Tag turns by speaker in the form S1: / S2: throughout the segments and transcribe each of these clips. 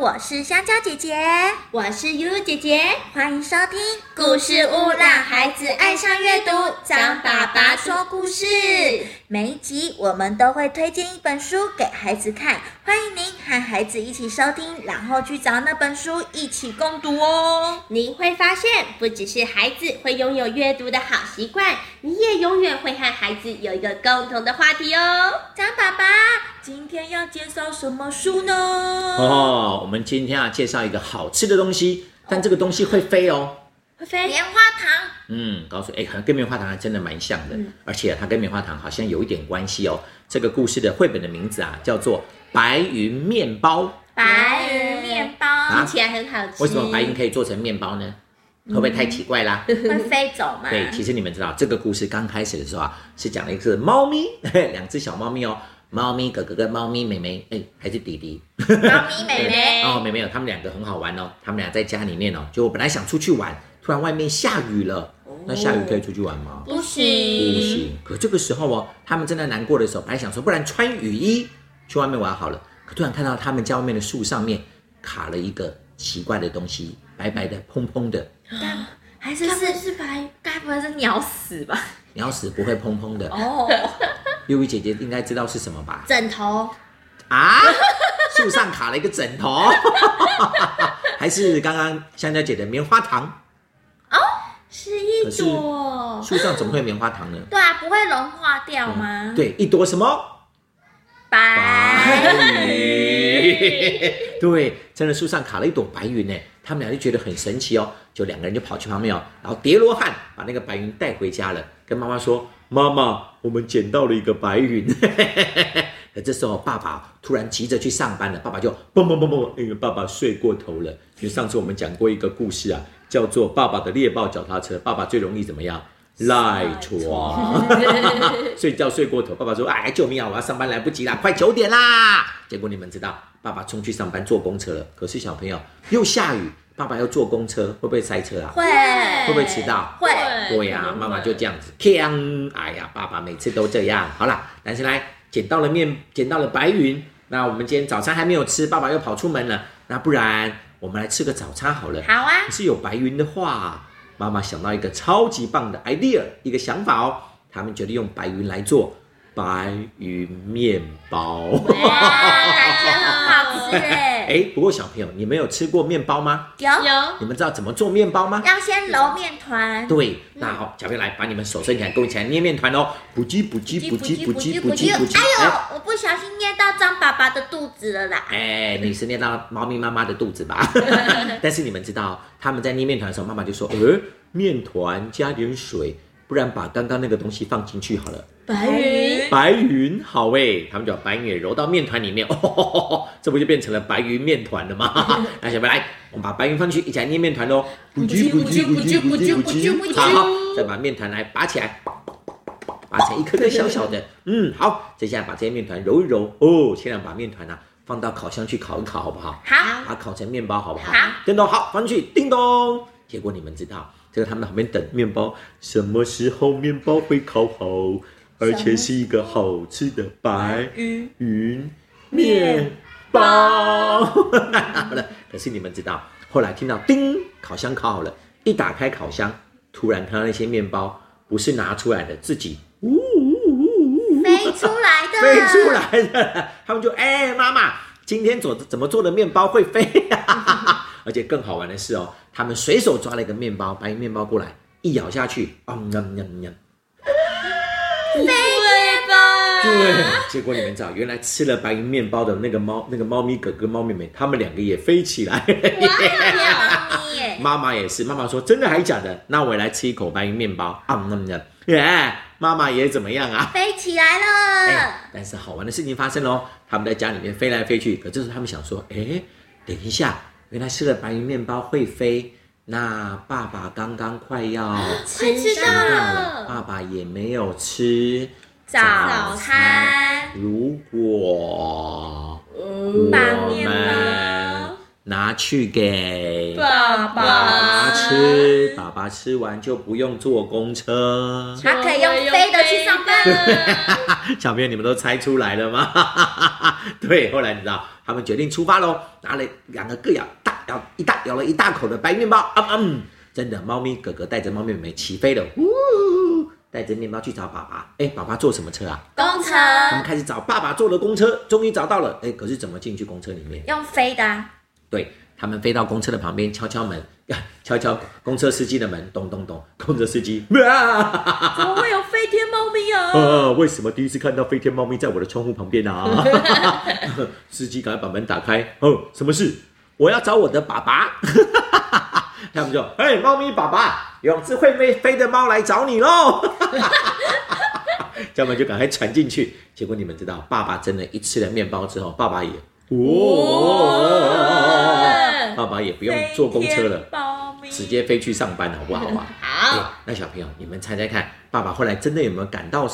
S1: 我是香蕉姐姐，
S2: 我是悠悠姐姐，
S1: 欢迎收听
S2: 故事屋让孩子爱上阅读张爸爸说故事
S1: 每一集我们都会推荐一本书给孩子看，欢迎您和孩子一起收听，然后去找那本书一起共读哦。
S2: 你会发现，不只是孩子会拥有阅读的好习惯，你也永远会和孩子有一个共同的话题哦。
S1: 张爸爸今天要介绍什么书呢？
S3: 哦，我们今天要介绍一个好吃的东西，但这个东西会飞哦。
S2: 会飞，
S1: 棉花糖。
S3: 嗯，告诉哎，好像跟棉花糖还真的蛮像的，而且它跟棉花糖好像有一点关系哦。这个故事的绘本的名字啊，叫做《白云面包》。
S1: 白云面包、
S3: 啊
S2: 听起来很好吃。
S3: 为什么白云可以做成面包呢？会不会太奇怪啦？
S1: 会飞走嘛？
S3: 对，其实你们知道这个故事刚开始的时候啊，是讲了一个猫咪， 两只小猫咪哦，猫咪哥哥跟猫咪妹妹，哎，还是弟弟，
S1: 猫咪妹妹
S2: 哎
S3: 哦，没有没有，他们两个很好玩哦。他们俩在家里面哦，就我本来想出去玩，突然外面下雨了。那下雨可以出去玩
S1: 嗯
S3: 吗？
S2: 不
S3: 不
S2: 行
S3: 行。可这个时候哦，他们正在难过的时候，本来想说，不然穿雨衣去外面玩好了。可突然看到他们家外面的树上面卡了一个奇怪的东西，白白的、蓬蓬的。
S1: 还是
S2: 这
S1: 是
S2: 是是白
S1: 该不会是鸟屎吧？
S3: 鸟屎不会蓬蓬的，
S1: 哦，
S3: 悠悠姐姐应该知道是什么吧？
S2: 枕头，
S3: 啊，树上卡了一个枕头， 还是刚刚香蕉姐的棉花糖？
S2: 是一朵
S3: 树上怎么会有棉花糖呢？嗯
S1: 对啊，不会融化掉吗？
S3: 对，一朵什么？
S1: 白
S3: 云。 对，真的树上卡了一朵白云呢。他们俩就觉得很神奇哦，就两个人就跑去旁边哦，然后叠罗汉把那个白云带回家了，跟妈妈说：“妈妈，我们捡到了一个白云。” 可这时候爸爸突然急着去上班了，爸爸就蹦蹦蹦蹦，因为爸爸睡过头了。因为上次我们讲过一个故事啊，叫做《爸爸的猎豹脚踏车》，爸爸最容易怎么样？赖床。睡觉睡过头，爸爸说：“哎，救命啊！我要上班来不及啦，快九点啦！”结果你们知道，爸爸冲去上班坐公车了。可是小朋友又下雨，爸爸要坐公车，会不会塞车啊？
S1: 会
S3: 会不会迟到？
S1: 会
S3: 对
S2: 啊
S3: 呀、妈妈就这样子，锵！哎呀，爸爸每次都这样。好啦，男生来捡到了面，捡到了白云。那我们今天早餐还没有吃，爸爸又跑出门了。那不然我们来吃个早餐好了。
S1: 好啊
S3: 可，是有白云的话，妈妈想到一个超级棒的 idea，一个想法哦。他们决定用白云来做白云面包。
S1: 哇，感觉很好吃哎。
S3: 哎，不过小朋友，你们有吃过面包吗？
S1: 有
S2: 有
S3: 你们知道怎么做面包吗？
S1: 要先揉面团，
S3: 对，那好，小朋友来，把你们手伸起来，跟我一起来捏面团哦。补叽补叽补叽补叽补叽补叽。哎
S1: 哎呦，我不小心捏到张爸爸的肚子了啦。
S3: 哎，你是捏到猫咪妈妈的肚子 吧？但是你们知道，他们在捏面团的时候，妈妈就说：“呃，面团加点水，不然把刚刚那个东西放进去好了。”
S2: 白云，
S3: 白云好诶，他们就把白云也揉到面团里面，哦 吼吼吼吼，这不就变成了白云面团了吗？那小朋友来，我们把白云放进去，一起来捏面团喽！咕叽咕叽咕叽咕叽咕叽咕叽，好，再把面团来拔起来，拔成一颗颗小小的，嗯，好，接下来把这些面团揉一揉，哦，现在把面团啊放到烤箱去烤一烤，好不好？
S1: 好，
S3: 把它啊烤成面包好不好？
S1: 好
S3: 叮咚，好，放进去，叮咚。结果你们知道，就在他们旁边等面包，什么时候面包会烤好，而且是一个好吃的白
S1: 鱼
S3: 云面包。好了， 可是你们知道，后来听到叮，烤箱烤好了，一打开烤箱，突然看到那些面包不是拿出来的，自己
S1: 飞出来的，
S3: 飞出来的，他们就哎、妈妈，今天做怎么做的面包会飞、啊而且更好玩的是哦，他们随手抓了一个面包，白云面包过来，一咬下去，啊、嗯嗯嗯嗯，
S2: 不会 吧？
S3: 对，结果你们知道，原来吃了白云面包的那个猫，那个猫咪哥哥、猫妹妹，他们两个也飞起来。
S1: 哇，猫咪耶，
S3: 妈妈也是，妈妈说真的还假的？那我也来吃一口白云面包，啊、嗯嗯嗯，耶，妈妈也怎么样啊？
S1: 飞起来了。
S3: 哎，但是好玩的事情发生喽，他们在家里面飞来飞去，可这时候他们想说，哎，等一下，原来吃了白云面包会飞，那爸爸刚刚快要
S2: 快吃
S3: 吃到
S2: 到
S3: 了，
S2: 了，
S3: 爸爸也没有吃
S1: 早餐
S3: 如果
S1: 把
S3: 我
S1: 嗯面包
S3: 们拿去给
S2: 爸
S3: 爸爸吃，爸爸吃完就不用坐公车。
S1: 他可以用飞的去上班
S2: 班。
S3: 小朋友，你们都猜出来了吗？ 对，后来你知道，他们决定出发喽，拿了两个各咬大咬一大咬了一大口的白面包，嗯嗯，真的，猫咪哥哥带着猫妹妹起飞了，呜，带着面包去找爸爸。哎，爸爸坐什么车啊？
S1: 公车
S3: 他们开始找爸爸坐的公车，终于找到了。哎，可是怎么进去公车里面？
S1: 用飞的啊，
S3: 对他们飞到公车的旁边，敲敲门， 敲敲公车司机的门，咚咚咚，公车司机，哇！
S1: 怎么会有飞天猫咪啊？
S3: 呃，为什么第一次看到飞天猫咪在我的窗户旁边啊？ 司机赶快把门打开。哦，什么事？我要找我的爸爸。 他们就，哎，猫咪爸爸，有只会飞飞的猫来找你喽。 他们就赶快传进去。结果你们知道，爸爸真的一吃了面包之后，爸爸也，哦，爸爸也不用坐公车
S1: 飞
S3: 了
S1: 天。猫咪
S3: 直接飞去上班，好不好啊？
S2: 好
S3: 哎那小朋友，你们猜猜看，爸爸后来真的有没有赶到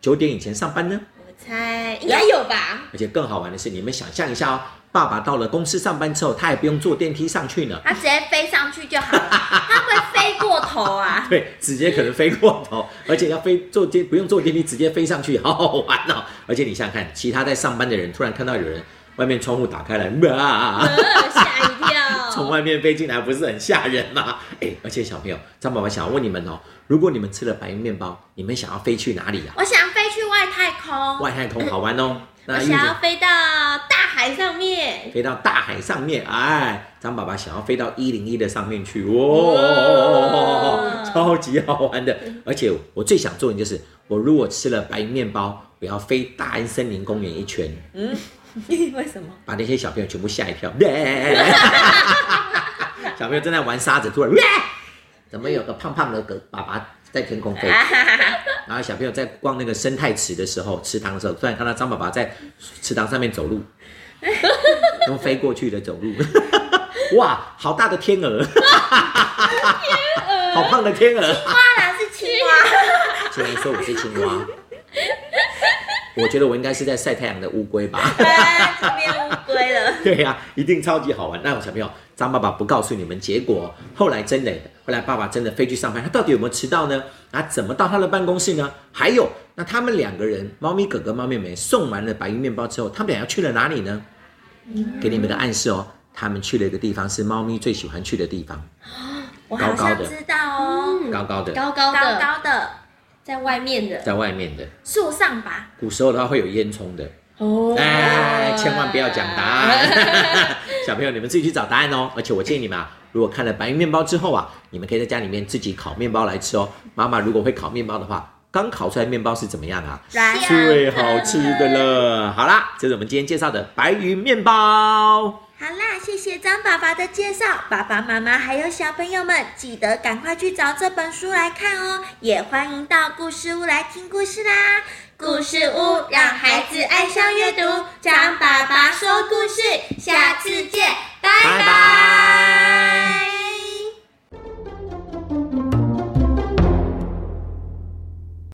S3: 九点以前上班呢？
S2: 我猜应该有吧？
S3: 而且更好玩的是，你们想象一下哦，爸爸到了公司上班之后，他也不用坐电梯上去呢，
S1: 他直接飞上去就好了，他会飞过头 啊。
S3: 对，直接可能飞过头， 而且要飞坐电不用坐电梯，直接飞上去，好好玩哦！而且你想想看，其他在上班的人突然看到有人外面窗户打开来，啊哇！
S2: 呃吓一
S3: 从
S2: 跳。
S3: 外面飞进来，不是很吓人吗？哎，而且小朋友，张爸爸想要问你们哦，如果你们吃了白云面包，你们想要飞去哪里呀、啊
S1: 我想飞去外太空，
S3: 外太空好玩哦。
S2: 我
S3: 那玉
S2: 想
S3: 子
S2: 要飞到大海上面，
S3: 飞到大海上面，哎，张爸爸想要飞到一零一的上面去，哦，
S2: 哇
S3: 超级好玩的。而且我最想做的就是，我如果吃了白云面包，我要飞大安森林公园一圈，
S1: 为什么？
S3: 把那些小朋友全部吓一跳。 小朋友正在玩沙子，突然， 怎么有个胖胖的狗爸爸在天空飞？然后小朋友在逛那个生态池的时候，池塘的时候，突然看到张爸爸在池塘上面走路，用飞过去的走路， 哇，好大的天鹅，好胖的天鹅。
S1: 当然是青蛙。
S3: 竟然说我是青蛙，我觉得我应该是在晒太阳的乌龟吧。
S1: 哎这边乌龟了，
S3: 对呀、一定超级好玩。那我小朋友，张爸爸不告诉你们结果，后来真的，后来爸爸真的飞去上班，他到底有没有迟到呢？啊，怎么到他的办公室呢？还有，那他们两个人，猫咪哥哥、猫妹妹送完了白云面包之后，他们俩要去了哪里呢？给你们个暗示哦，他们去了一个地方是猫咪最喜欢去的地方，
S1: 我好
S3: 高高
S1: 像
S3: 的
S1: 知道哦，
S2: 嗯
S3: 高高的，
S2: 高高
S1: 高
S2: 的，
S1: 高的
S2: 在外面的。
S3: 在外面的。
S1: 树上吧。
S3: 古时候的话会有烟囱的，
S1: 哦
S3: 哎，千万不要讲答 案，小朋友你们自己去找答案哦。而且我建议你们啊，如果看了白云面包之后啊，你们可以在家里面自己烤面包来吃哦。妈妈如果会烤面包的话，刚烤出来面包是怎么样啊？
S1: 软
S2: 是
S3: 最好吃的了。 好啦，这是我们今天介绍的白云面包。
S1: 好啦，谢谢张爸爸的介绍，爸爸妈妈还有小朋友们，记得赶快去找这本书来看哦，也欢迎到故事屋来听故事啦。
S2: 故事屋让孩子爱上阅读，张爸爸说故事，下次见，